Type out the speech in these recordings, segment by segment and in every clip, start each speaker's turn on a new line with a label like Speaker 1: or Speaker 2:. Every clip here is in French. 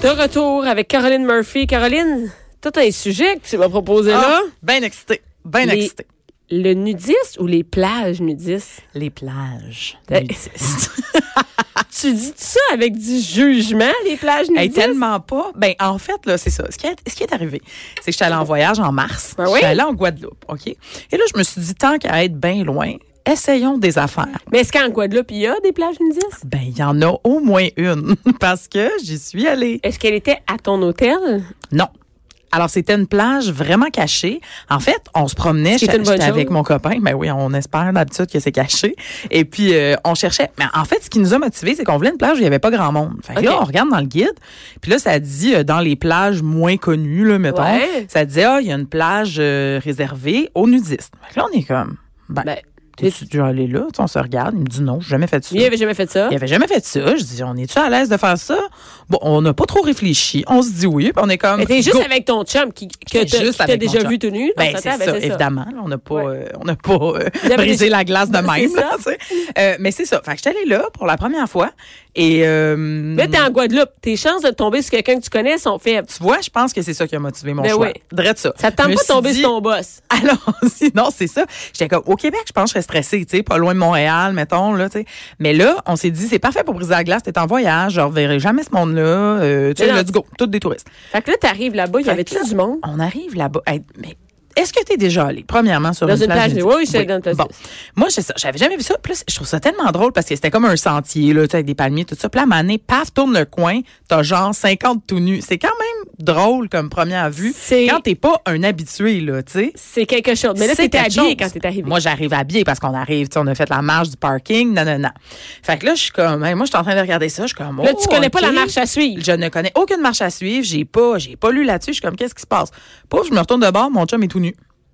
Speaker 1: De retour avec Caroline Murphy. Caroline, tout un sujet que tu m'as proposé
Speaker 2: Ah.
Speaker 1: là.
Speaker 2: Bien excité. Bien
Speaker 1: Les-
Speaker 2: excité.
Speaker 1: Le nudiste ou les plages nudistes?
Speaker 2: Les plages.
Speaker 1: Eh,
Speaker 2: nudistes.
Speaker 1: ah, Tu dis ça avec du jugement, les plages
Speaker 2: Hey,
Speaker 1: nudistes?
Speaker 2: tellement pas. Ben, en fait, là, c'est ça. Ce qui est, ce qui est arrivé, c'est que j'étais allée en voyage en mars.
Speaker 1: Ben
Speaker 2: je
Speaker 1: oui.
Speaker 2: suis allée en Guadeloupe, OK? Et là, je me suis dit, tant qu'à être bien loin, essayons des affaires.
Speaker 1: Mais est-ce qu'en Guadeloupe, il y a des plages nudistes?
Speaker 2: Ben, il y en a au moins une, parce que j'y suis allée.
Speaker 1: Est-ce qu'elle était à ton hôtel?
Speaker 2: Non. Alors, c'était une plage vraiment cachée. En fait, on se promenait.
Speaker 1: Ce qui est
Speaker 2: J'étais
Speaker 1: une bonne
Speaker 2: j'étais avec
Speaker 1: chose.
Speaker 2: mon copain. Ben oui, on espère d'habitude que c'est caché. Et puis, euh, on cherchait. Mais en fait, ce qui nous a motivés, c'est qu'on voulait une plage où il n'y avait pas grand monde. Fait que
Speaker 1: OK.
Speaker 2: là, on regarde dans le guide. Puis là, ça dit, euh, dans les plages moins connues, là, mettons,
Speaker 1: Ouais.
Speaker 2: ça dit, ah, il y a une plage euh, réservée aux nudistes. Fait que là, on est comme, ben,
Speaker 1: Ben,
Speaker 2: t'es-tu déjà allé là? Tu sais, on se regarde. Il me dit, non, j'ai jamais fait ça.
Speaker 1: il avait jamais fait ça.
Speaker 2: Il avait jamais fait ça. Je dis, on est-tu à l'aise de faire ça? Bon, on n'a pas trop réfléchi. On se dit oui, puis on est comme.
Speaker 1: Mais t'es juste
Speaker 2: go.
Speaker 1: avec ton chum qui, que
Speaker 2: J'étais
Speaker 1: t'as-
Speaker 2: juste
Speaker 1: qui t'a
Speaker 2: avec mon
Speaker 1: déjà
Speaker 2: chum.
Speaker 1: vu tout nu. dans
Speaker 2: Ben,
Speaker 1: sa
Speaker 2: c'est
Speaker 1: table,
Speaker 2: ça,
Speaker 1: ben,
Speaker 2: évidemment. là, on n'a pas,
Speaker 1: Ouais.
Speaker 2: euh, on n'a pas euh,
Speaker 1: Vous avez
Speaker 2: brisé
Speaker 1: des-
Speaker 2: la glace de
Speaker 1: Ben,
Speaker 2: même.
Speaker 1: c'est
Speaker 2: là, tu sais. Euh, mais c'est ça. Fait que j'étais allée là pour la première fois. Et euh,
Speaker 1: Là, t'es en Guadeloupe. Tes chances de tomber sur quelqu'un que tu connais sont faibles.
Speaker 2: tu vois, je pense que c'est ça qui a motivé mon
Speaker 1: Ben
Speaker 2: choix.
Speaker 1: oui.
Speaker 2: Drette ça.
Speaker 1: Ça te tente
Speaker 2: Je me
Speaker 1: pas de
Speaker 2: suis
Speaker 1: tomber
Speaker 2: dit,
Speaker 1: sur ton boss.
Speaker 2: Alors, non, c'est ça. J'étais comme, au Québec, je pense que je serais stressée, tu sais, pas loin de Montréal, mettons, là, tu sais. Mais là, on s'est dit, c'est parfait pour briser la glace, t'es en voyage, je reverrai jamais ce monde-là, euh, tu
Speaker 1: Mais
Speaker 2: sais,
Speaker 1: non.
Speaker 2: let's go, toutes des touristes.
Speaker 1: Fait que là, t'arrives là-bas, il y
Speaker 2: Fait
Speaker 1: avait-tu
Speaker 2: que là,
Speaker 1: du monde?
Speaker 2: On arrive là-bas. Hey, mais est-ce que tu es déjà allé, premièrement, sur
Speaker 1: Dans
Speaker 2: une,
Speaker 1: une plage
Speaker 2: nudiste?
Speaker 1: nudiste. Oui, oui, j'étais dans une plage
Speaker 2: Bon.
Speaker 1: nudiste.
Speaker 2: Moi, c'est ça. J'avais jamais vu ça. Plus, je trouve ça tellement drôle parce que c'était comme un sentier, là, tu sais, avec des palmiers, tout ça. Puis là, à un moment donné, paf, tourne le coin, t'as genre 50 tout nus. C'est quand même drôle comme première vue.
Speaker 1: C'est-
Speaker 2: Quand t'es pas un habitué, là, tu sais.
Speaker 1: C'est quelque chose. Mais là,
Speaker 2: C'est
Speaker 1: t'étais
Speaker 2: quelque
Speaker 1: habillé
Speaker 2: chose.
Speaker 1: quand t'es arrivé.
Speaker 2: Moi, j'arrive habillée parce qu'on arrive, tu sais, on a fait la marche du parking, non, non, non. Fait que là, je suis comme, hey, moi, je suis en train de regarder ça, je suis comme,
Speaker 1: Là,
Speaker 2: oh,
Speaker 1: tu connais pas
Speaker 2: OK.
Speaker 1: la marche à suivre.
Speaker 2: Je ne connais aucune marche à suivre. J'ai pas, j'ai pas lu là-dessus. Je suis comme, qu'est-ce qui se passe? Pouf, je me retourne de bord, mon chum est tout nu.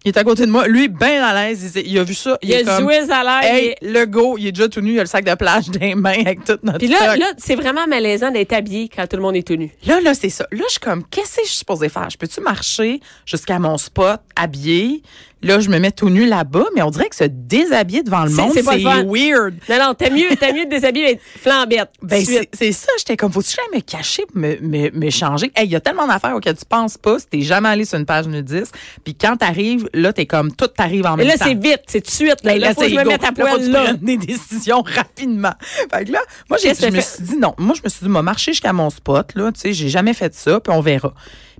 Speaker 2: Il est à côté de moi. Lui, bien à l'aise. Il, s'est- il a vu ça.
Speaker 1: Il y a
Speaker 2: est
Speaker 1: du
Speaker 2: comme,
Speaker 1: whiz à l'air. il y
Speaker 2: Hey,
Speaker 1: a-
Speaker 2: le go, il est déjà tout nu. Il a le sac de plage dans les mains avec toute notre
Speaker 1: Puis là,
Speaker 2: stock.
Speaker 1: là c'est vraiment malaisant d'être habillé quand tout le monde est tout nu.
Speaker 2: Là, là, c'est ça. Là, je suis comme, qu'est-ce que je suis supposée faire? Je peux-tu marcher jusqu'à mon spot habillée? Là, je me mets tout nu là-bas, mais on dirait que se déshabiller devant le
Speaker 1: C'est-
Speaker 2: monde,
Speaker 1: c'est
Speaker 2: c'est
Speaker 1: pas le fun.
Speaker 2: weird.
Speaker 1: Non, non, t'as mieux, t'as mieux de déshabiller mais flambette.
Speaker 2: Ben,
Speaker 1: tout de
Speaker 2: c'est
Speaker 1: suite.
Speaker 2: c'est ça. J'étais comme, faut-tu jamais me cacher, pour me, me, me changer? Hey, il y a tellement d'affaires auxquelles tu penses pas si t'es jamais allé sur une page nudiste. Puis quand t'arrives, là, t'es comme, tout t'arrive en
Speaker 1: Et
Speaker 2: même
Speaker 1: là,
Speaker 2: temps.
Speaker 1: c'est vite, c'est tout de suite. Là,
Speaker 2: Hey,
Speaker 1: là, faut que
Speaker 2: c'est
Speaker 1: je me
Speaker 2: go.
Speaker 1: mette à
Speaker 2: Là, faut que
Speaker 1: poil
Speaker 2: tu
Speaker 1: là.
Speaker 2: prennes des décisions rapidement. Fait que là, moi, j'ai,
Speaker 1: Qu'est-ce que
Speaker 2: je me
Speaker 1: t'as
Speaker 2: suis dit non. Moi, je me suis dit, m'a marché jusqu'à mon spot, là. Tu sais, j'ai jamais fait ça, puis on verra.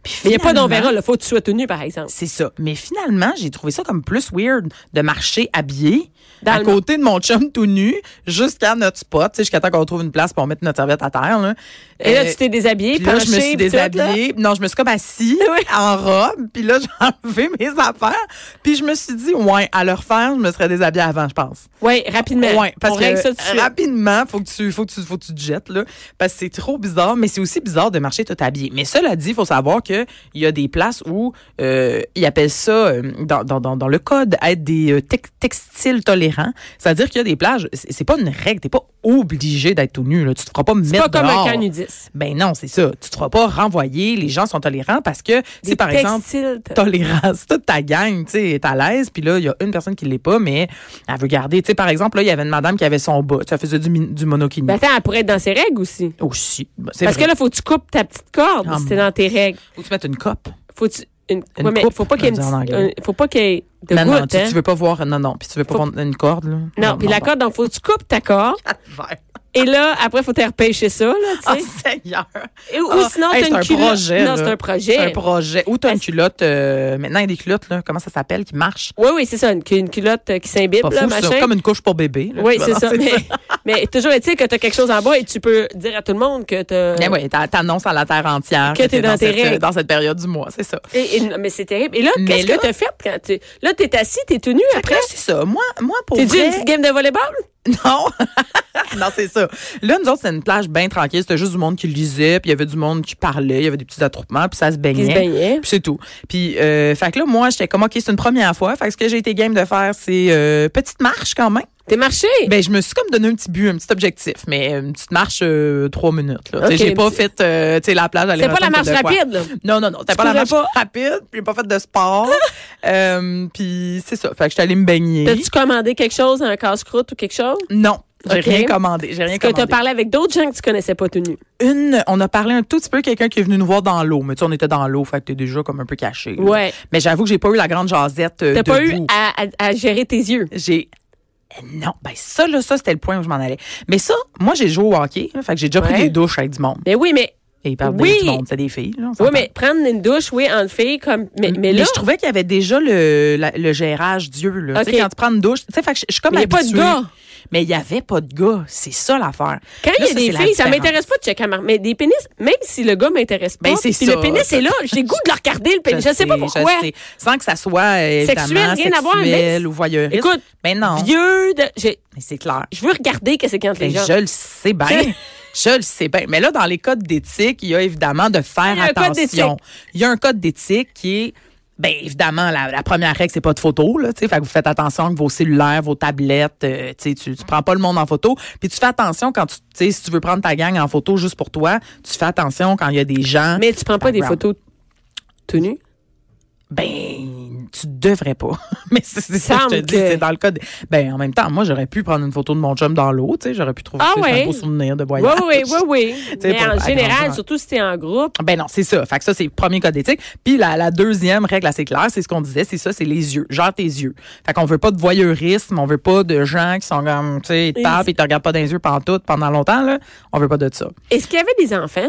Speaker 2: Puis
Speaker 1: Mais il n'y a pas
Speaker 2: finalement-
Speaker 1: d'on verra, là. Faut que tu sois tout nu, par exemple.
Speaker 2: C'est ça. Mais finalement, j'ai trouvé ça comme plus weird de marcher habillé
Speaker 1: Dans
Speaker 2: à
Speaker 1: le-
Speaker 2: côté de mon chum tout nu jusqu'à notre spot, tu sais, jusqu'à temps qu'on trouve une place pour mettre notre serviette à terre. Là.
Speaker 1: Et là,
Speaker 2: Euh,
Speaker 1: tu t'es déshabillé,
Speaker 2: puis là, je me suis
Speaker 1: penché, puis tout, là.
Speaker 2: déshabillée. Non, je me suis comme assise en robe. Puis là, j'ai enlevé mes affaires. Puis je me suis dit, ouais, à leur faire, je me serais déshabillée avant, je pense.
Speaker 1: Oui, rapidement.
Speaker 2: Ouais, parce
Speaker 1: On
Speaker 2: que
Speaker 1: règle ça tout de suite.
Speaker 2: rapidement, faut que tu faut que tu faut que tu te jettes là parce que c'est trop bizarre, mais c'est aussi bizarre de marcher tout habillé. Mais cela dit, faut savoir que il y a des places où euh, ils appellent ça euh, dans, dans, dans, dans le code être des euh, tex- textiles tolérants, c'est-à-dire qu'il y a des plages, c'est c'est pas une règle, t'es pas obligé d'être tout nu là, tu te feras pas mettre
Speaker 1: Pas comme
Speaker 2: dehors.
Speaker 1: un camp nudiste.
Speaker 2: Ben non, c'est ça, tu te feras pas renvoyer, les gens sont tolérants parce que
Speaker 1: Des
Speaker 2: si par exemple
Speaker 1: textiles, t'as-
Speaker 2: tolérance. Toute ta gang, tu sais, est à l'aise. Puis là, il y a une personne qui l'est pas, mais elle veut garder. Tu sais, par exemple, là, il y avait une madame qui avait son bas. Ça faisait du, min- du monokini.
Speaker 1: Ben, attends, elle pourrait être dans ses règles aussi.
Speaker 2: aussi. Ben, c'est
Speaker 1: Parce
Speaker 2: vrai.
Speaker 1: que là, faut que tu coupes ta petite corde
Speaker 2: Ah,
Speaker 1: si t'es
Speaker 2: mon-
Speaker 1: dans tes règles.
Speaker 2: Faut que tu mettes une cope.
Speaker 1: Faut tu une,
Speaker 2: Une
Speaker 1: ouais, mais
Speaker 2: coupe,
Speaker 1: faut pas qu'il y ait une
Speaker 2: on dit en
Speaker 1: petite-
Speaker 2: anglais.
Speaker 1: un- faut pas qu'il y ait de
Speaker 2: non, non,
Speaker 1: gouttes,
Speaker 2: tu,
Speaker 1: hein.
Speaker 2: tu veux pas voir. Non, non. Puis tu veux pas
Speaker 1: Faut-
Speaker 2: prendre une corde, là.
Speaker 1: Non, puis la
Speaker 2: non.
Speaker 1: corde, donc faut que tu coupes ta corde. Et là, après, faut te repêcher ça, là,
Speaker 2: Ah,
Speaker 1: tu sais.
Speaker 2: Seigneur!
Speaker 1: Et- ou
Speaker 2: Ah,
Speaker 1: sinon,
Speaker 2: hey,
Speaker 1: t'as
Speaker 2: c'est
Speaker 1: une
Speaker 2: un
Speaker 1: culotte.
Speaker 2: projet.
Speaker 1: non,
Speaker 2: là.
Speaker 1: c'est un projet.
Speaker 2: C'est un projet. Ou t'as une
Speaker 1: Est-ce-
Speaker 2: culotte. euh, maintenant, il y a des culottes, là. Comment ça s'appelle, qui marche?
Speaker 1: Oui, oui, c'est ça, une, une culotte euh, qui s'imbibe,
Speaker 2: Pas
Speaker 1: là,
Speaker 2: fou,
Speaker 1: machin.
Speaker 2: ça. Comme une couche pour bébé. là.
Speaker 1: Oui,
Speaker 2: Ben
Speaker 1: c'est
Speaker 2: non,
Speaker 1: ça. Mais, mais toujours est-il que t'as quelque chose en bas et tu peux dire à tout le monde que t'as.
Speaker 2: Ben oui, t'a- t'annonces à la terre entière
Speaker 1: Que t'es dans tes
Speaker 2: cette, euh,
Speaker 1: règles.
Speaker 2: dans cette période du mois, c'est ça.
Speaker 1: Et- et- non, mais c'est terrible. Et là,
Speaker 2: Mais
Speaker 1: qu'est-ce
Speaker 2: là-
Speaker 1: que t'as fait quand tu. Là, t'es assis, t'es tenu
Speaker 2: Après,
Speaker 1: après.
Speaker 2: c'est ça. Moi, moi pour
Speaker 1: T'es
Speaker 2: vrai,
Speaker 1: dit une petite game de volleyball?
Speaker 2: Non! non, c'est ça. Là, nous autres, c'était une plage bien tranquille. C'était juste du monde qui lisait, puis il y avait du monde qui parlait, il y avait des petits attroupements, puis ça se
Speaker 1: Qui se
Speaker 2: baignait.
Speaker 1: baignait.
Speaker 2: Puis c'est tout. Puis, euh, fait que là, moi, j'étais comme, OK, c'est une première fois. Fait que ce que j'ai été game de faire, c'est euh, petite marche quand même.
Speaker 1: T'es marché?
Speaker 2: Ben, je me suis comme donné un petit but, un petit objectif, mais une petite marche, euh, trois minutes. Là. Tu sais,
Speaker 1: OK,
Speaker 2: j'ai pas
Speaker 1: un petit-
Speaker 2: fait euh, tu sais, la plage.
Speaker 1: C'est pas la marche
Speaker 2: aller-retour de quoi.
Speaker 1: rapide, là.
Speaker 2: Non, non, non. C'était
Speaker 1: Tu
Speaker 2: pas la
Speaker 1: courais
Speaker 2: marche rapide, puis j'ai pas fait de sport. euh, puis c'est ça. Fait que j'étais allée me baigner.
Speaker 1: T'as-tu commandé quelque chose, un casse-croûte ou quelque chose?
Speaker 2: Non. J'ai
Speaker 1: OK.
Speaker 2: rien commandé. J'ai rien
Speaker 1: Est-ce que t'as
Speaker 2: commandé.
Speaker 1: parlé avec d'autres gens que tu connaissais pas tenus?
Speaker 2: Une, on a parlé un tout petit peu à quelqu'un qui est venu nous voir dans l'eau, mais tu sais, on était dans l'eau, fait que t'es déjà comme un peu caché. là.
Speaker 1: Ouais.
Speaker 2: Mais j'avoue que j'ai pas eu la grande jasette. Mm. euh,
Speaker 1: T'as pas eu
Speaker 2: debout.
Speaker 1: à, à- à gérer tes yeux.
Speaker 2: J'ai non, ben ça là, ça c'était le point où je m'en allais. Mais ça, moi j'ai joué au hockey, là, fait que j'ai déjà pris
Speaker 1: Ouais.
Speaker 2: des douches avec du monde.
Speaker 1: Mais Ben oui, mais,
Speaker 2: Et ils parlent
Speaker 1: Oui.
Speaker 2: du monde, c'est des filles. Là, on
Speaker 1: oui,
Speaker 2: s'entend.
Speaker 1: mais prendre une douche, oui, en fille, comme, mais, mais
Speaker 2: Mm. Mais
Speaker 1: là,
Speaker 2: je trouvais qu'il y avait déjà le, la- le gérage Dieu. Là. Tu sais,
Speaker 1: OK.
Speaker 2: quand tu prends une douche, tu sais, fait que je je suis comme
Speaker 1: Mais y a pas de
Speaker 2: habituée.
Speaker 1: gars.
Speaker 2: Mais il n'y avait pas de gars. C'est ça l'affaire.
Speaker 1: quand
Speaker 2: Là,
Speaker 1: il y a
Speaker 2: ça,
Speaker 1: des
Speaker 2: c'est la
Speaker 1: filles, ça
Speaker 2: différence.
Speaker 1: m'intéresse pas de checker à mar- Mais des pénis, même si le gars m'intéresse pas,
Speaker 2: Ben, c'est
Speaker 1: puis
Speaker 2: ça.
Speaker 1: le pénis est là, j'ai le goût de le regarder, le pénis. Je, sais pas pourquoi.
Speaker 2: sais. Sans que ça soit euh, évidemment,
Speaker 1: Sexuel, rien à voir, mais-
Speaker 2: sexuel ou voyeuriste.
Speaker 1: Écoute,
Speaker 2: mais non.
Speaker 1: vieux, de- j'ai-
Speaker 2: Mais c'est clair.
Speaker 1: je veux regarder qu'est-ce qu'il y a entre les
Speaker 2: Ben,
Speaker 1: gens.
Speaker 2: je le sais bien. Je le sais bien. Mais là, dans les codes d'éthique, il y a évidemment de faire
Speaker 1: Il y a un code
Speaker 2: attention. Il y a un code d'éthique qui est. Bien, évidemment, la, la première règle, c'est pas de photo. Là, tu sais. fait que vous faites attention avec vos cellulaires, vos tablettes. euh, tu sais, tu tu prends pas le monde en photo. Puis tu fais attention quand tu, tu sais, si tu veux prendre ta gang en photo juste pour toi, tu fais attention quand il y a des gens.
Speaker 1: Mais tu prends pas des
Speaker 2: Background.
Speaker 1: photos tenues.
Speaker 2: Ben, tu devrais pas. Mais c'est c'est ça que je
Speaker 1: Semble
Speaker 2: te dis,
Speaker 1: que-
Speaker 2: c'est dans le code. Ben, en même temps, moi, j'aurais pu prendre une photo de mon chum dans l'eau. tu sais, J'aurais pu trouver
Speaker 1: Ah
Speaker 2: ça, c'est
Speaker 1: ouais.
Speaker 2: un beau souvenir de
Speaker 1: Oui,
Speaker 2: voyage.
Speaker 1: oui, oui, oui.
Speaker 2: sais,
Speaker 1: Mais
Speaker 2: pour
Speaker 1: en
Speaker 2: la
Speaker 1: général,
Speaker 2: grandeur.
Speaker 1: surtout si t'es en groupe,
Speaker 2: Ben non, c'est ça. Fait que ça, c'est le premier code d'éthique. Puis la, la deuxième règle assez claire, c'est ce qu'on disait, c'est ça, c'est les yeux. Gère tes yeux. Fait qu'on veut pas de voyeurisme, on veut pas de gens qui sont comme, tu sais, ils te tapent et te regardent pas dans les yeux pendant tout, pendant longtemps, là. On veut pas de ça.
Speaker 1: est-ce qu'il y avait des enfants?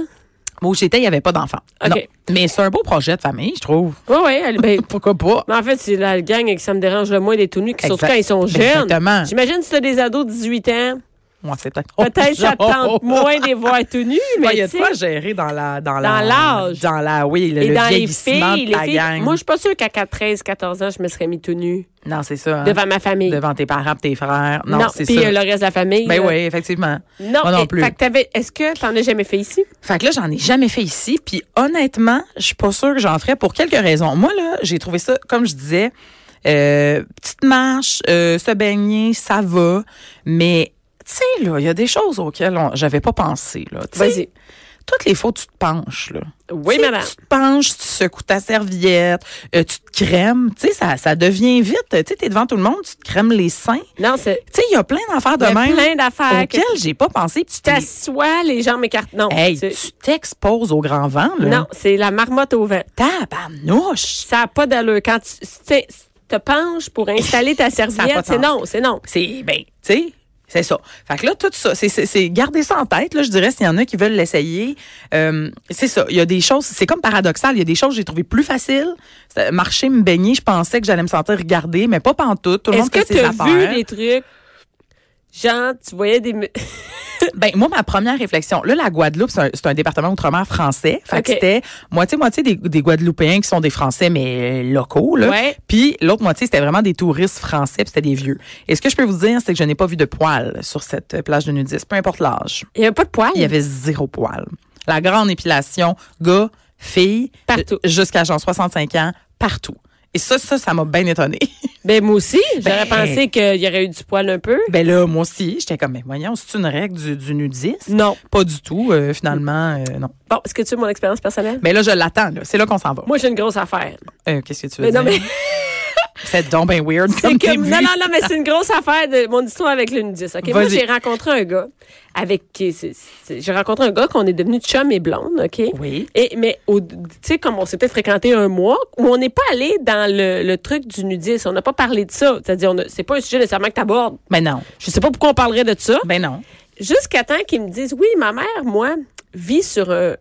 Speaker 2: Moi, où j'étais, il y avait pas d'enfants.
Speaker 1: OK.
Speaker 2: Non. Mais c'est un beau projet de famille, je trouve.
Speaker 1: Oui, oui. Ben,
Speaker 2: Pourquoi pas?
Speaker 1: Mais en fait, c'est la gang que ça me dérange le moins des tout nus, qui, surtout
Speaker 2: Exact-
Speaker 1: quand ils sont jeunes.
Speaker 2: Exactement.
Speaker 1: J'imagine si t'as des ados de 18 ans,
Speaker 2: Moi, c'est peut-être.
Speaker 1: peut-être ça te tente moins des voir tout nus, mais
Speaker 2: oh, Ouais, Il Bah, y a
Speaker 1: tu sais,
Speaker 2: de quoi gérer dans la dans, la-
Speaker 1: Dans l'âge.
Speaker 2: dans la oui le,
Speaker 1: Et
Speaker 2: le
Speaker 1: dans les
Speaker 2: vieillissement
Speaker 1: filles,
Speaker 2: de
Speaker 1: les
Speaker 2: ta
Speaker 1: filles,
Speaker 2: gang.
Speaker 1: moi, je suis pas sûre qu'à 4, 13, 14 ans, je me serais mis tout nu
Speaker 2: non c'est ça hein.
Speaker 1: devant ma famille.
Speaker 2: devant tes parents, pis tes frères. Non, c'est
Speaker 1: puis
Speaker 2: ça.
Speaker 1: euh, le reste de la famille.
Speaker 2: ben
Speaker 1: là.
Speaker 2: oui, effectivement.
Speaker 1: Non,
Speaker 2: Moi non
Speaker 1: et-
Speaker 2: plus.
Speaker 1: Fait que t'avais, est-ce que t'en as jamais fait ici?
Speaker 2: Fait que là, j'en ai jamais fait ici. Puis honnêtement, je suis pas sûre que j'en ferais pour quelques raisons. Moi, là, j'ai trouvé ça, comme je disais, euh, petite marche, euh, se baigner, ça va. Mais, tu sais, là, il y a des choses auxquelles on- j'avais pas pensé. Là. Tu sais,
Speaker 1: Vas-y.
Speaker 2: Toutes les fois, tu te penches. Là.
Speaker 1: Oui,
Speaker 2: Tu sais,
Speaker 1: madame.
Speaker 2: Tu te penches, tu secoues ta serviette, euh, tu te crèmes. Tu sais, ça, ça devient vite. Tu sais, t'es devant tout le monde, tu te crèmes les seins.
Speaker 1: Non, c'est
Speaker 2: Tu sais, il y a plein d'affaires de
Speaker 1: il y a
Speaker 2: même
Speaker 1: plein d'affaires. que
Speaker 2: auxquelles j'ai pas pensé. puis tu
Speaker 1: Tu
Speaker 2: t'es-
Speaker 1: t'assois, les jambes écartées. Non,
Speaker 2: Hey,
Speaker 1: c'est-
Speaker 2: tu t'exposes au grand vent, là.
Speaker 1: non, c'est la marmotte au vent.
Speaker 2: Tabarnouche!
Speaker 1: Ça n'a pas d'allure. Quand tu tu sais, te penches pour installer ta
Speaker 2: Ça a pas
Speaker 1: serviette,
Speaker 2: de
Speaker 1: c'est
Speaker 2: sens.
Speaker 1: non, c'est non.
Speaker 2: C'est, ben, tu sais, c'est ça. Fait que là, tout ça, c'est- c'est c'est- garder ça en tête, là, je dirais, s'il y en a qui veulent l'essayer. Euh, c'est ça. Il y a des choses, c'est comme paradoxal. Il y a des choses que j'ai trouvées plus faciles. C'était Marcher, me baigner, je pensais que j'allais me sentir regardée, mais pas pantoute. Tout le
Speaker 1: Est-ce
Speaker 2: monde
Speaker 1: que
Speaker 2: fait
Speaker 1: tu
Speaker 2: ses
Speaker 1: as vu
Speaker 2: affaires.
Speaker 1: des trucs, genre, tu voyais des... mu-
Speaker 2: Ben, moi, ma première réflexion, là, la Guadeloupe, c'est un, c'est un département outre-mer français. Fait que
Speaker 1: OK.
Speaker 2: c'était moitié-moitié des, des Guadeloupéens qui sont des Français, mais euh, locaux, là.
Speaker 1: Ouais.
Speaker 2: Puis l'autre moitié, c'était vraiment des touristes français, puis c'était des vieux. Et ce que je peux vous dire, c'est que je n'ai pas vu de poils sur cette euh, plage de nudistes, peu importe l'âge.
Speaker 1: Il n'y avait pas de poils.
Speaker 2: Il y avait zéro poil. La grande épilation, gars, filles,
Speaker 1: Partout.
Speaker 2: euh, jusqu'à genre 65 ans, partout. Et ça, ça, ça m'a bien étonnée.
Speaker 1: Ben, moi aussi, j'aurais
Speaker 2: Ben-
Speaker 1: pensé qu'il y aurait eu du poil un peu.
Speaker 2: ben là, moi aussi, j'étais comme, mais voyons, c'est une règle du, du nudiste?
Speaker 1: Non.
Speaker 2: Pas du tout, euh, finalement, euh, non.
Speaker 1: Bon, est-ce que tu veux mon expérience personnelle?
Speaker 2: Mais là, je l'attends. là. C'est là qu'on s'en va.
Speaker 1: Moi, j'ai une grosse affaire.
Speaker 2: Euh, Qu'est-ce que tu veux
Speaker 1: Mais
Speaker 2: dire?
Speaker 1: non, mais
Speaker 2: C'est donc bien weird
Speaker 1: c'est
Speaker 2: comme
Speaker 1: que-
Speaker 2: début.
Speaker 1: non, non, non, mais c'est une grosse affaire de mon histoire avec le nudiste. OK? Moi,
Speaker 2: Vas-y.
Speaker 1: j'ai rencontré un gars avec qui. c'est- c'est- J'ai rencontré un gars qu'on est devenu chum et blonde, OK?
Speaker 2: Oui.
Speaker 1: Et, mais, au- tu sais, comme on s'est peut-être fréquenté un mois, où on n'est pas allé dans le, le truc du nudisme. On n'a pas parlé de ça. C'est-à-dire, on a- c'est pas un sujet nécessairement que tu abordes.
Speaker 2: Mais non.
Speaker 1: Je sais pas pourquoi on parlerait de ça.
Speaker 2: Ben non.
Speaker 1: Jusqu'à temps euh, qu'ils me disent, oui, ma mère, moi, vit sur un,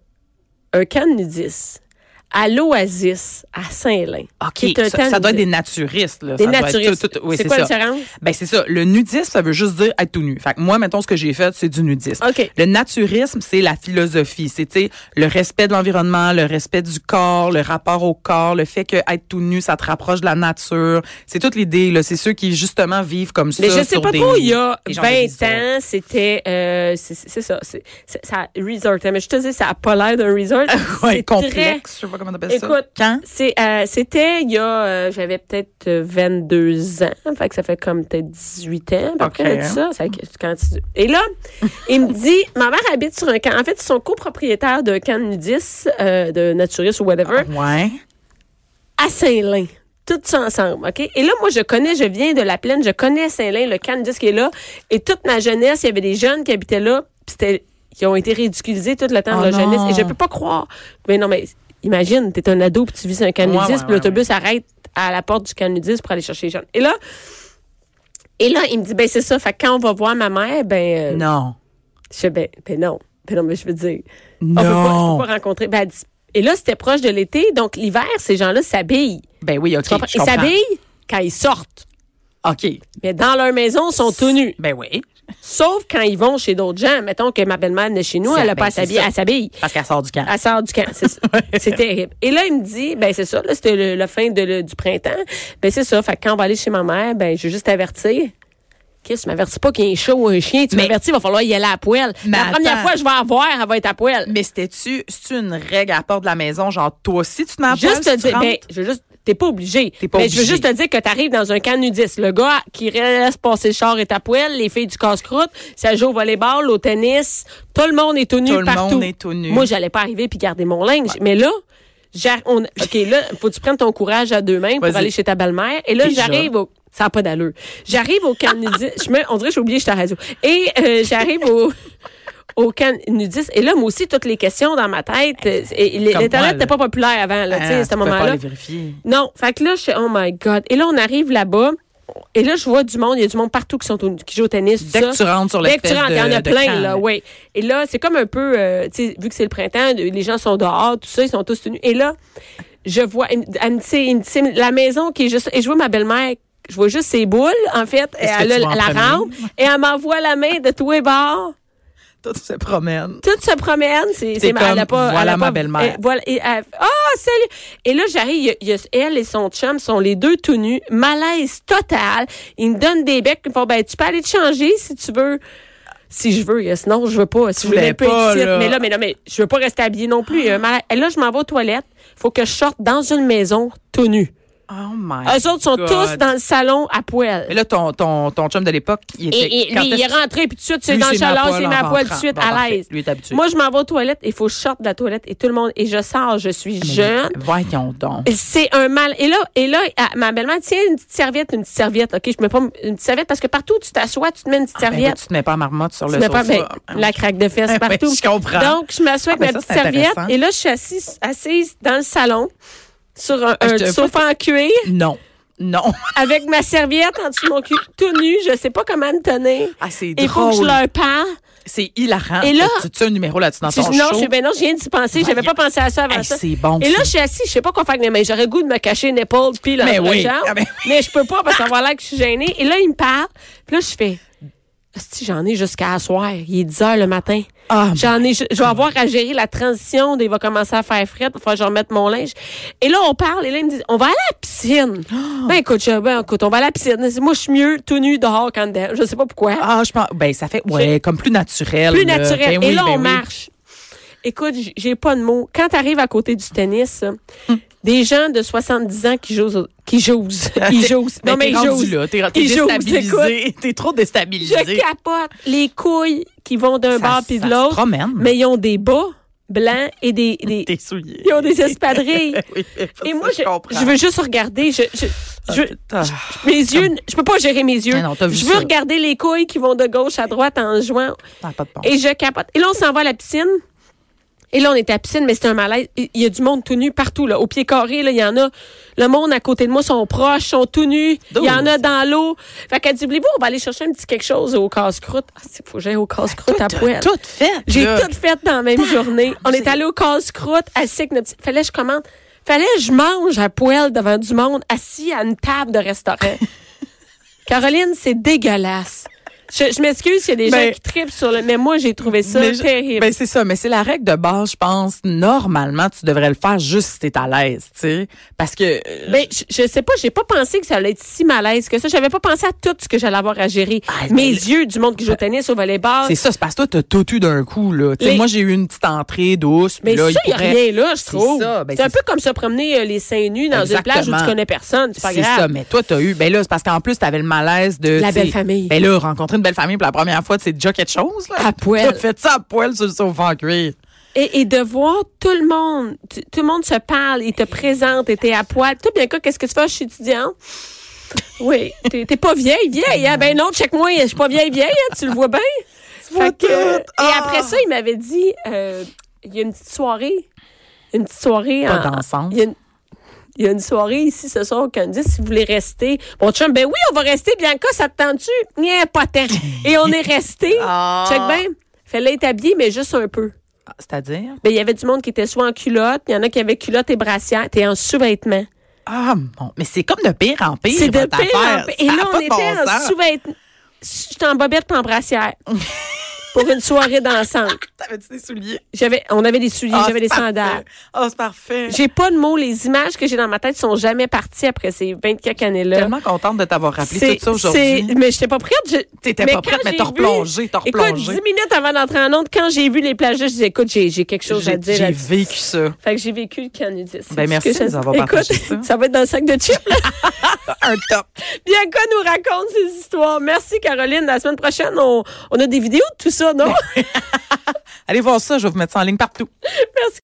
Speaker 1: un camp de nudistes. à l'Oasis, à Saint-Lin.
Speaker 2: OK,
Speaker 1: qui est un
Speaker 2: ça, ça
Speaker 1: terme
Speaker 2: doit être
Speaker 1: de-
Speaker 2: des naturistes. Là.
Speaker 1: Des
Speaker 2: Ça doit être
Speaker 1: naturistes.
Speaker 2: tout- tout- oui,
Speaker 1: c'est
Speaker 2: c'est
Speaker 1: quoi
Speaker 2: ça.
Speaker 1: la différence?
Speaker 2: Ben c'est ça. Le nudisme, ça veut juste dire être tout nu. Fait que moi, mettons, ce que j'ai fait, c'est du nudisme.
Speaker 1: OK.
Speaker 2: Le naturisme, c'est la philosophie. C'est tu sais, le respect de l'environnement, le respect du corps, le rapport au corps, le fait que être tout nu, ça te rapproche de la nature. C'est toute l'idée. là. C'est ceux qui justement vivent comme ça.
Speaker 1: Mais je sais
Speaker 2: sur
Speaker 1: pas
Speaker 2: des-
Speaker 1: trop, il y a
Speaker 2: des gens
Speaker 1: 20
Speaker 2: déguisés.
Speaker 1: ans, c'était. euh, c'est c'est ça. c'est- c'est- ça resort. Mais je te dis, ça a pas l'air d'un resort.
Speaker 2: Ouais,
Speaker 1: C'est très-
Speaker 2: complexe. Je sais pas comment t'appelles ça.
Speaker 1: Écoute,
Speaker 2: Quand?
Speaker 1: C'est, euh, c'était il y a, euh, j'avais peut-être euh, 22 ans, fait que ça fait comme peut-être 18 ans, à peu
Speaker 2: Ok.
Speaker 1: près, tout ça. Ça fait que tu- quand tu- Et là, il me dit, ma mère habite sur un camp. En fait, ils sont copropriétaires d'un camp de nudistes, euh, de naturistes ou whatever,
Speaker 2: Ouais.
Speaker 1: à Saint-Lin. Tout ça ensemble, OK? Et là, moi, je connais, je viens de la plaine, je connais Saint-Lin, le camp de nudiste qui est là. Et toute ma jeunesse, il y avait des jeunes qui habitaient là, puis c'était, qui ont été ridiculisés tout le temps de
Speaker 2: Oh
Speaker 1: leur jeunesse.
Speaker 2: non.
Speaker 1: Et je peux pas croire. Mais non, mais imagine, t'es un ado, puis tu vis sur un camp de
Speaker 2: Ouais,
Speaker 1: nudiste,
Speaker 2: ouais,
Speaker 1: puis
Speaker 2: ouais,
Speaker 1: l'autobus arrête à la porte du camp de nudiste pour aller chercher les jeunes. Et là, et là, il me dit, ben c'est ça, fait que quand on va voir ma mère, ben, euh,
Speaker 2: Non.
Speaker 1: je fais, ben, ben non, ben non, mais je veux dire, Ah, on peut pas, je
Speaker 2: Non.
Speaker 1: peux pas rencontrer. Ben, elle dit- et là, c'était proche de l'été, donc l'hiver, ces gens-là s'habillent.
Speaker 2: Ben oui, OK.
Speaker 1: Tu comprends?
Speaker 2: je
Speaker 1: Ils
Speaker 2: comprends.
Speaker 1: s'habillent quand ils sortent.
Speaker 2: OK.
Speaker 1: Mais dans leur maison, ils sont tout nus.
Speaker 2: Ben oui.
Speaker 1: Sauf quand ils vont chez d'autres gens. Mettons que ma belle-mère venait chez nous,
Speaker 2: C'est-
Speaker 1: elle n'a
Speaker 2: ben,
Speaker 1: pas à
Speaker 2: c'est
Speaker 1: s'habiller,
Speaker 2: ça.
Speaker 1: elle s'habille.
Speaker 2: Parce qu'elle sort du camp.
Speaker 1: Elle sort du camp. C'est ça. C'est terrible. Et là, il me dit, ben c'est ça, là, c'était le- la fin de- le- du printemps. Ben c'est ça. Fait que quand on va aller chez ma mère, ben je vais juste avertir. Qu'est-ce que tu m'avertis pas qu'il y a un chat ou un chien? Tu
Speaker 2: Mais-
Speaker 1: m'avertis, il va falloir y aller à poêle.
Speaker 2: Mais
Speaker 1: La première
Speaker 2: attends.
Speaker 1: fois que je vais en voir, elle va être à poêle.
Speaker 2: Mais c'était-tu c'est-tu une règle à la porte de la maison, genre toi aussi tu te mets à
Speaker 1: Juste
Speaker 2: poil si
Speaker 1: te
Speaker 2: tu
Speaker 1: dire,
Speaker 2: rentres?
Speaker 1: ben, je veux juste, t'es pas obligé.
Speaker 2: T'es pas
Speaker 1: mais je veux
Speaker 2: obligé.
Speaker 1: juste te dire que t'arrives dans un camp nudiste. Le gars qui laisse passer le char est à poêle, les filles du casse-croûte, ça joue au volleyball, au tennis, tout le monde est tout nu
Speaker 2: Tout le
Speaker 1: partout.
Speaker 2: monde est tout nu.
Speaker 1: Moi, j'allais pas arriver puis garder mon linge. Mais là, j'ar- on, OK, là, faut que tu prennes ton courage à deux mains pour
Speaker 2: Vas-y.
Speaker 1: aller chez ta belle-mère. Et là,
Speaker 2: Déjà.
Speaker 1: j'arrive au, ça a pas d'allure. J'arrive au camp nudiste. Je me, on dirait que j'ai oublié, j'étais à la radio. Et, euh, j'arrive au, au camp nudiste. Et là, moi aussi, toutes les questions dans ma tête. euh, et- et
Speaker 2: Comme moi, là.
Speaker 1: L'Internet n'était pas populaire avant, là, tu sais,
Speaker 2: Ah,
Speaker 1: à ce
Speaker 2: tu peux pas
Speaker 1: moment-là.
Speaker 2: aller vérifier.
Speaker 1: Non, fait que là, je suis, oh my God. Et là, on arrive là-bas. Et là, je vois du monde. Il y a du monde partout qui, sont au- qui joue au tennis. tout
Speaker 2: Dès
Speaker 1: ça.
Speaker 2: que tu rentres sur
Speaker 1: Dès que
Speaker 2: l'espèce
Speaker 1: tu rentres, il y en
Speaker 2: de-
Speaker 1: a
Speaker 2: de
Speaker 1: plein,
Speaker 2: camp,
Speaker 1: là, oui. Et là, c'est comme un peu, euh, tu sais, vu que c'est le printemps, les gens sont dehors, tout ça, ils sont tous tenus. Et là, je vois, elle me- elle me dit, c'est- elle me dit, c'est la maison qui est juste, et je vois ma belle-mère, je vois juste ses boules, en fait, et
Speaker 2: Est-ce que
Speaker 1: elle a
Speaker 2: tu vas en
Speaker 1: la
Speaker 2: premier?
Speaker 1: rampe, et elle m'envoie la main de tous les bords.
Speaker 2: Toi, tu te promènes.
Speaker 1: Tout se promène. C'est,
Speaker 2: T'es
Speaker 1: c'est ma- elle a
Speaker 2: comme,
Speaker 1: pas, elle a
Speaker 2: voilà ma
Speaker 1: pas-
Speaker 2: belle-mère.
Speaker 1: elle- voilà, et elle- Ah, salut! Et là, j'arrive, il y a- il y a elle et son chum sont les deux tout nus, malaise total. Ils me donnent des becs, ils me font, ben, tu peux aller te changer si tu veux. Si je veux, yes. non, je veux pas. Si je veux
Speaker 2: voulais
Speaker 1: même peu
Speaker 2: pas,
Speaker 1: être ici.
Speaker 2: là.
Speaker 1: Mais là, mais là, mais je veux pas rester habillée non plus. Il y a un malaise. Et là, je m'en vais aux toilettes. Faut que je sorte dans une maison tout nu.
Speaker 2: Oh my.
Speaker 1: Eux autres sont
Speaker 2: God.
Speaker 1: tous dans le salon à poêle.
Speaker 2: Mais là, ton, ton, ton chum de l'époque, il était.
Speaker 1: Et, et
Speaker 2: quand
Speaker 1: lui, il
Speaker 2: est-ce
Speaker 1: est
Speaker 2: que-
Speaker 1: rentré, puis tout de suite, c'est
Speaker 2: Lui,
Speaker 1: dans le
Speaker 2: c'est ma
Speaker 1: chaleur,
Speaker 2: poêle
Speaker 1: c'est
Speaker 2: en
Speaker 1: ma poêle tout de
Speaker 2: rentrant.
Speaker 1: suite,
Speaker 2: Bon,
Speaker 1: à
Speaker 2: parfait.
Speaker 1: l'aise.
Speaker 2: Lui est habitué.
Speaker 1: Moi, je m'en vais aux toilettes, il faut que je sorte de la toilette, et tout le monde, et je sors, je suis
Speaker 2: Ah,
Speaker 1: jeune.
Speaker 2: Voyons donc.
Speaker 1: C'est un mal. Et là, et là, ah, ma belle-mère, tiens, une petite serviette, une petite serviette, OK? Je mets pas une petite serviette parce que partout où tu t'assois, tu te mets une petite
Speaker 2: Ah, ben,
Speaker 1: serviette.
Speaker 2: tu te mets pas en marmotte sur
Speaker 1: Tu
Speaker 2: le
Speaker 1: mets
Speaker 2: sofa.
Speaker 1: pas ben,
Speaker 2: Ah,
Speaker 1: la craque de fesses
Speaker 2: Ouais,
Speaker 1: partout.
Speaker 2: je comprends.
Speaker 1: Donc, je m'assois avec ma
Speaker 2: Ah, ben ça,
Speaker 1: petite
Speaker 2: c'est
Speaker 1: serviette
Speaker 2: intéressant.
Speaker 1: et là, je suis assise, assise dans le salon sur un,
Speaker 2: Ah, je
Speaker 1: un
Speaker 2: te-
Speaker 1: sofa en cuir
Speaker 2: Non. Non.
Speaker 1: avec ma serviette en dessous de mon cul, tout nu. Je sais pas comment me tenir.
Speaker 2: Ah, c'est
Speaker 1: Il faut que je
Speaker 2: drôle.
Speaker 1: leur parle.
Speaker 2: C'est hilarant.
Speaker 1: Et là-
Speaker 2: tu, tu as un numéro là-dessus dans
Speaker 1: Tu-
Speaker 2: ton
Speaker 1: non,
Speaker 2: show.
Speaker 1: je suis ben non, je viens d'y penser. J'avais pas pensé à ça avant
Speaker 2: Hey,
Speaker 1: ça.
Speaker 2: c'est bon,
Speaker 1: Et là,
Speaker 2: ça.
Speaker 1: je suis assise, je sais pas quoi faire avec mes mains. J'aurais le goût de me cacher une épaule puis la
Speaker 2: Mais
Speaker 1: la
Speaker 2: oui.
Speaker 1: jambe.
Speaker 2: Ah, ben-
Speaker 1: Mais je peux pas parce qu'on va là que je suis gênée. Et là, il me parle. Puis là, je fais. Si j'en ai jusqu'à soir, il est 10 heures le matin.
Speaker 2: Ah,
Speaker 1: j'en ai, je, je vais avoir à gérer la transition. Il va commencer à faire fret. Il faut que je remette mon linge. Et là, on parle. Et là, il me dit, on va aller à la piscine. Ben écoute, je- ben écoute, on va aller à la piscine. Moi, je suis mieux tout nu dehors qu'en dedans. Je sais pas pourquoi
Speaker 2: Ah, je pense. Ben, ça fait. Ouais, comme plus naturel.
Speaker 1: plus
Speaker 2: là.
Speaker 1: naturel.
Speaker 2: Ben
Speaker 1: et
Speaker 2: oui,
Speaker 1: là,
Speaker 2: ben
Speaker 1: on
Speaker 2: oui.
Speaker 1: marche. Écoute, j- j'ai pas de mots. Quand tu arrives à côté du tennis, euh,
Speaker 2: Hum.
Speaker 1: des gens de 70 ans qui jouent, au- qui jouent, ils jouent. Non,
Speaker 2: Ben,
Speaker 1: mais
Speaker 2: t'es
Speaker 1: ils
Speaker 2: rendu
Speaker 1: jouent.
Speaker 2: là. T'es t'es
Speaker 1: Ils jouent,
Speaker 2: déstabilisé. T'es trop déstabilisé.
Speaker 1: Je capote les couilles qui vont d'un
Speaker 2: Ça-
Speaker 1: bord puis de
Speaker 2: ça se
Speaker 1: l'autre.
Speaker 2: promène.
Speaker 1: Mais ils ont des bas blancs et des, des-
Speaker 2: T'es souillé.
Speaker 1: ils ont des espadrilles.
Speaker 2: Oui,
Speaker 1: et
Speaker 2: ça,
Speaker 1: moi, je,
Speaker 2: comprends.
Speaker 1: je veux juste regarder. Je, je- je-
Speaker 2: Ah,
Speaker 1: mes yeux, je peux pas gérer mes yeux.
Speaker 2: Ah non, t'as vu
Speaker 1: je veux
Speaker 2: ça.
Speaker 1: regarder les couilles qui vont de gauche à droite en jouant.
Speaker 2: ça n'a pas de bon
Speaker 1: Et je capote. Et là, on s'en va à la piscine. Et là, on est à la piscine, mais c'est un malaise. Il il y a du monde tout nu partout, là. Au pied carré, là, il y en a. Le monde à côté de moi sont proches, sont tout nus. Il y en a dans l'eau. Fait qu'elle dit, oubliez-vous, on va aller chercher un petit quelque chose au casse-croûte. Ah, c'est faut que j'aille au casse-croûte à poêle.
Speaker 2: Tout fait.
Speaker 1: J'ai
Speaker 2: là.
Speaker 1: tout fait dans la même journée. On est allé au casse-croûte, assis avec notre petit... Fallait que je commande. Fallait que je mange à poêle devant du monde assis à une table de restaurant. Caroline, c'est dégueulasse. Je, je m'excuse s'il y a des
Speaker 2: Ben-
Speaker 1: gens qui tripent sur le... Mais moi, j'ai trouvé ça
Speaker 2: Mais je-
Speaker 1: terrible.
Speaker 2: Ben, c'est ça, mais c'est la règle de base, je pense. Normalement, tu devrais le faire juste si t'es à l'aise, tu sais. Parce que. euh,
Speaker 1: Ben, je, je sais pas, j'ai pas pensé que ça allait être si malaise que ça. J'avais pas pensé à tout ce que j'allais avoir à gérer.
Speaker 2: Ah,
Speaker 1: Mes
Speaker 2: mais- ben,
Speaker 1: yeux du monde qui joue au tennis, au volleyball.
Speaker 2: c'est ça, c'est parce que toi, t'as tout eu d'un coup, là. Tu sais,
Speaker 1: Les-
Speaker 2: Moi, j'ai eu une petite entrée douce. puis
Speaker 1: Mais
Speaker 2: là,
Speaker 1: ça,
Speaker 2: il
Speaker 1: il y a
Speaker 2: pourrait-
Speaker 1: rien là, je trouve.
Speaker 2: ça, ben,
Speaker 1: c'est un
Speaker 2: c'est-
Speaker 1: peu comme se promener euh, les seins nus dans
Speaker 2: Exactement.
Speaker 1: une plage où tu connais personne. C'est pas
Speaker 2: C'est
Speaker 1: grave.
Speaker 2: ça, mais toi, t'as eu. Ben là, c'est parce qu'en plus, t'avais le malaise de.
Speaker 1: La
Speaker 2: tu sais,
Speaker 1: belle famille.
Speaker 2: Ben là, rencontrer une belle famille pour la première fois, c'est déjà quelque chose, là.
Speaker 1: À poil.
Speaker 2: T'as fait ça à poil sur le sofa en cuir.
Speaker 1: Et, et de voir tout le monde, tu- tout le monde se parle, il te présente, et t'es à poil. Toi, bien quoi, qu'est-ce que tu fais? Je suis étudiante. Oui, t'es t'es pas vieille, vieille. Hein? Ben non, check-moi, je suis pas vieille, vieille. hein, Tu le vois bien.
Speaker 2: vois
Speaker 1: Fait que, euh, Et
Speaker 2: tout. Ah!
Speaker 1: après ça, il m'avait dit, euh, il y a une petite soirée. Une petite soirée.
Speaker 2: Pas
Speaker 1: en-
Speaker 2: dansante.
Speaker 1: Il y a une- il y a une soirée ici ce soir au Candice, si vous voulez rester. Mon chum, ben oui, on va rester. Bianca, ça te tente-tu? Nien, pas tant. Et on est resté.
Speaker 2: Ah.
Speaker 1: Check bien. Fallait être habillé, mais juste un peu.
Speaker 2: Ah, C'est-à-dire?
Speaker 1: Ben, il y avait du monde qui était soit en culotte, il y en a qui avaient culotte et brassière, t'es en sous-vêtements.
Speaker 2: Ah, bon. Mais c'est comme de pire en pire.
Speaker 1: C'est de
Speaker 2: votre
Speaker 1: pire en
Speaker 2: affaire.
Speaker 1: pire. Et
Speaker 2: Ça a
Speaker 1: là, on
Speaker 2: pas de
Speaker 1: était
Speaker 2: bon
Speaker 1: en
Speaker 2: sens.
Speaker 1: sous-vêtements. J'étais en bobette pis en brassière. pour une soirée dansante.
Speaker 2: T'avais-tu des souliers?
Speaker 1: J'avais, on avait des souliers, j'avais des sandales.
Speaker 2: Ah, c'est parfait.
Speaker 1: J'ai pas de mots. Les images que j'ai dans ma tête sont jamais parties après ces 24
Speaker 2: Je suis
Speaker 1: années-là.
Speaker 2: tellement contente de t'avoir rappelé
Speaker 1: C'est-
Speaker 2: tout ça
Speaker 1: c'est-
Speaker 2: aujourd'hui.
Speaker 1: Mais j'étais pas prête. je-
Speaker 2: T'étais pas
Speaker 1: quand
Speaker 2: prête, mais
Speaker 1: j'ai
Speaker 2: t'as
Speaker 1: vu-
Speaker 2: replongé, t'as
Speaker 1: Écoute,
Speaker 2: replongé.
Speaker 1: 10 minutes avant d'entrer en onde, quand j'ai vu les plagistes, je disais, écoute, j'ai, j'ai quelque chose à
Speaker 2: J'ai
Speaker 1: dire
Speaker 2: j'ai
Speaker 1: là-dessus.
Speaker 2: vécu ça.
Speaker 1: Fait que j'ai vécu le canudis. C'est
Speaker 2: Ben,
Speaker 1: tout
Speaker 2: merci
Speaker 1: ce que
Speaker 2: de
Speaker 1: je-
Speaker 2: nous avoir partagé ça.
Speaker 1: Écoute, ça va être dans le sac de chips. là.
Speaker 2: Un top.
Speaker 1: Bianca nous raconte ses histoires. Merci, Caroline. La semaine prochaine, on, on a des vidéos de tout ça, non?
Speaker 2: Ben, Allez voir ça, je vais vous mettre ça en ligne partout.
Speaker 1: Merci.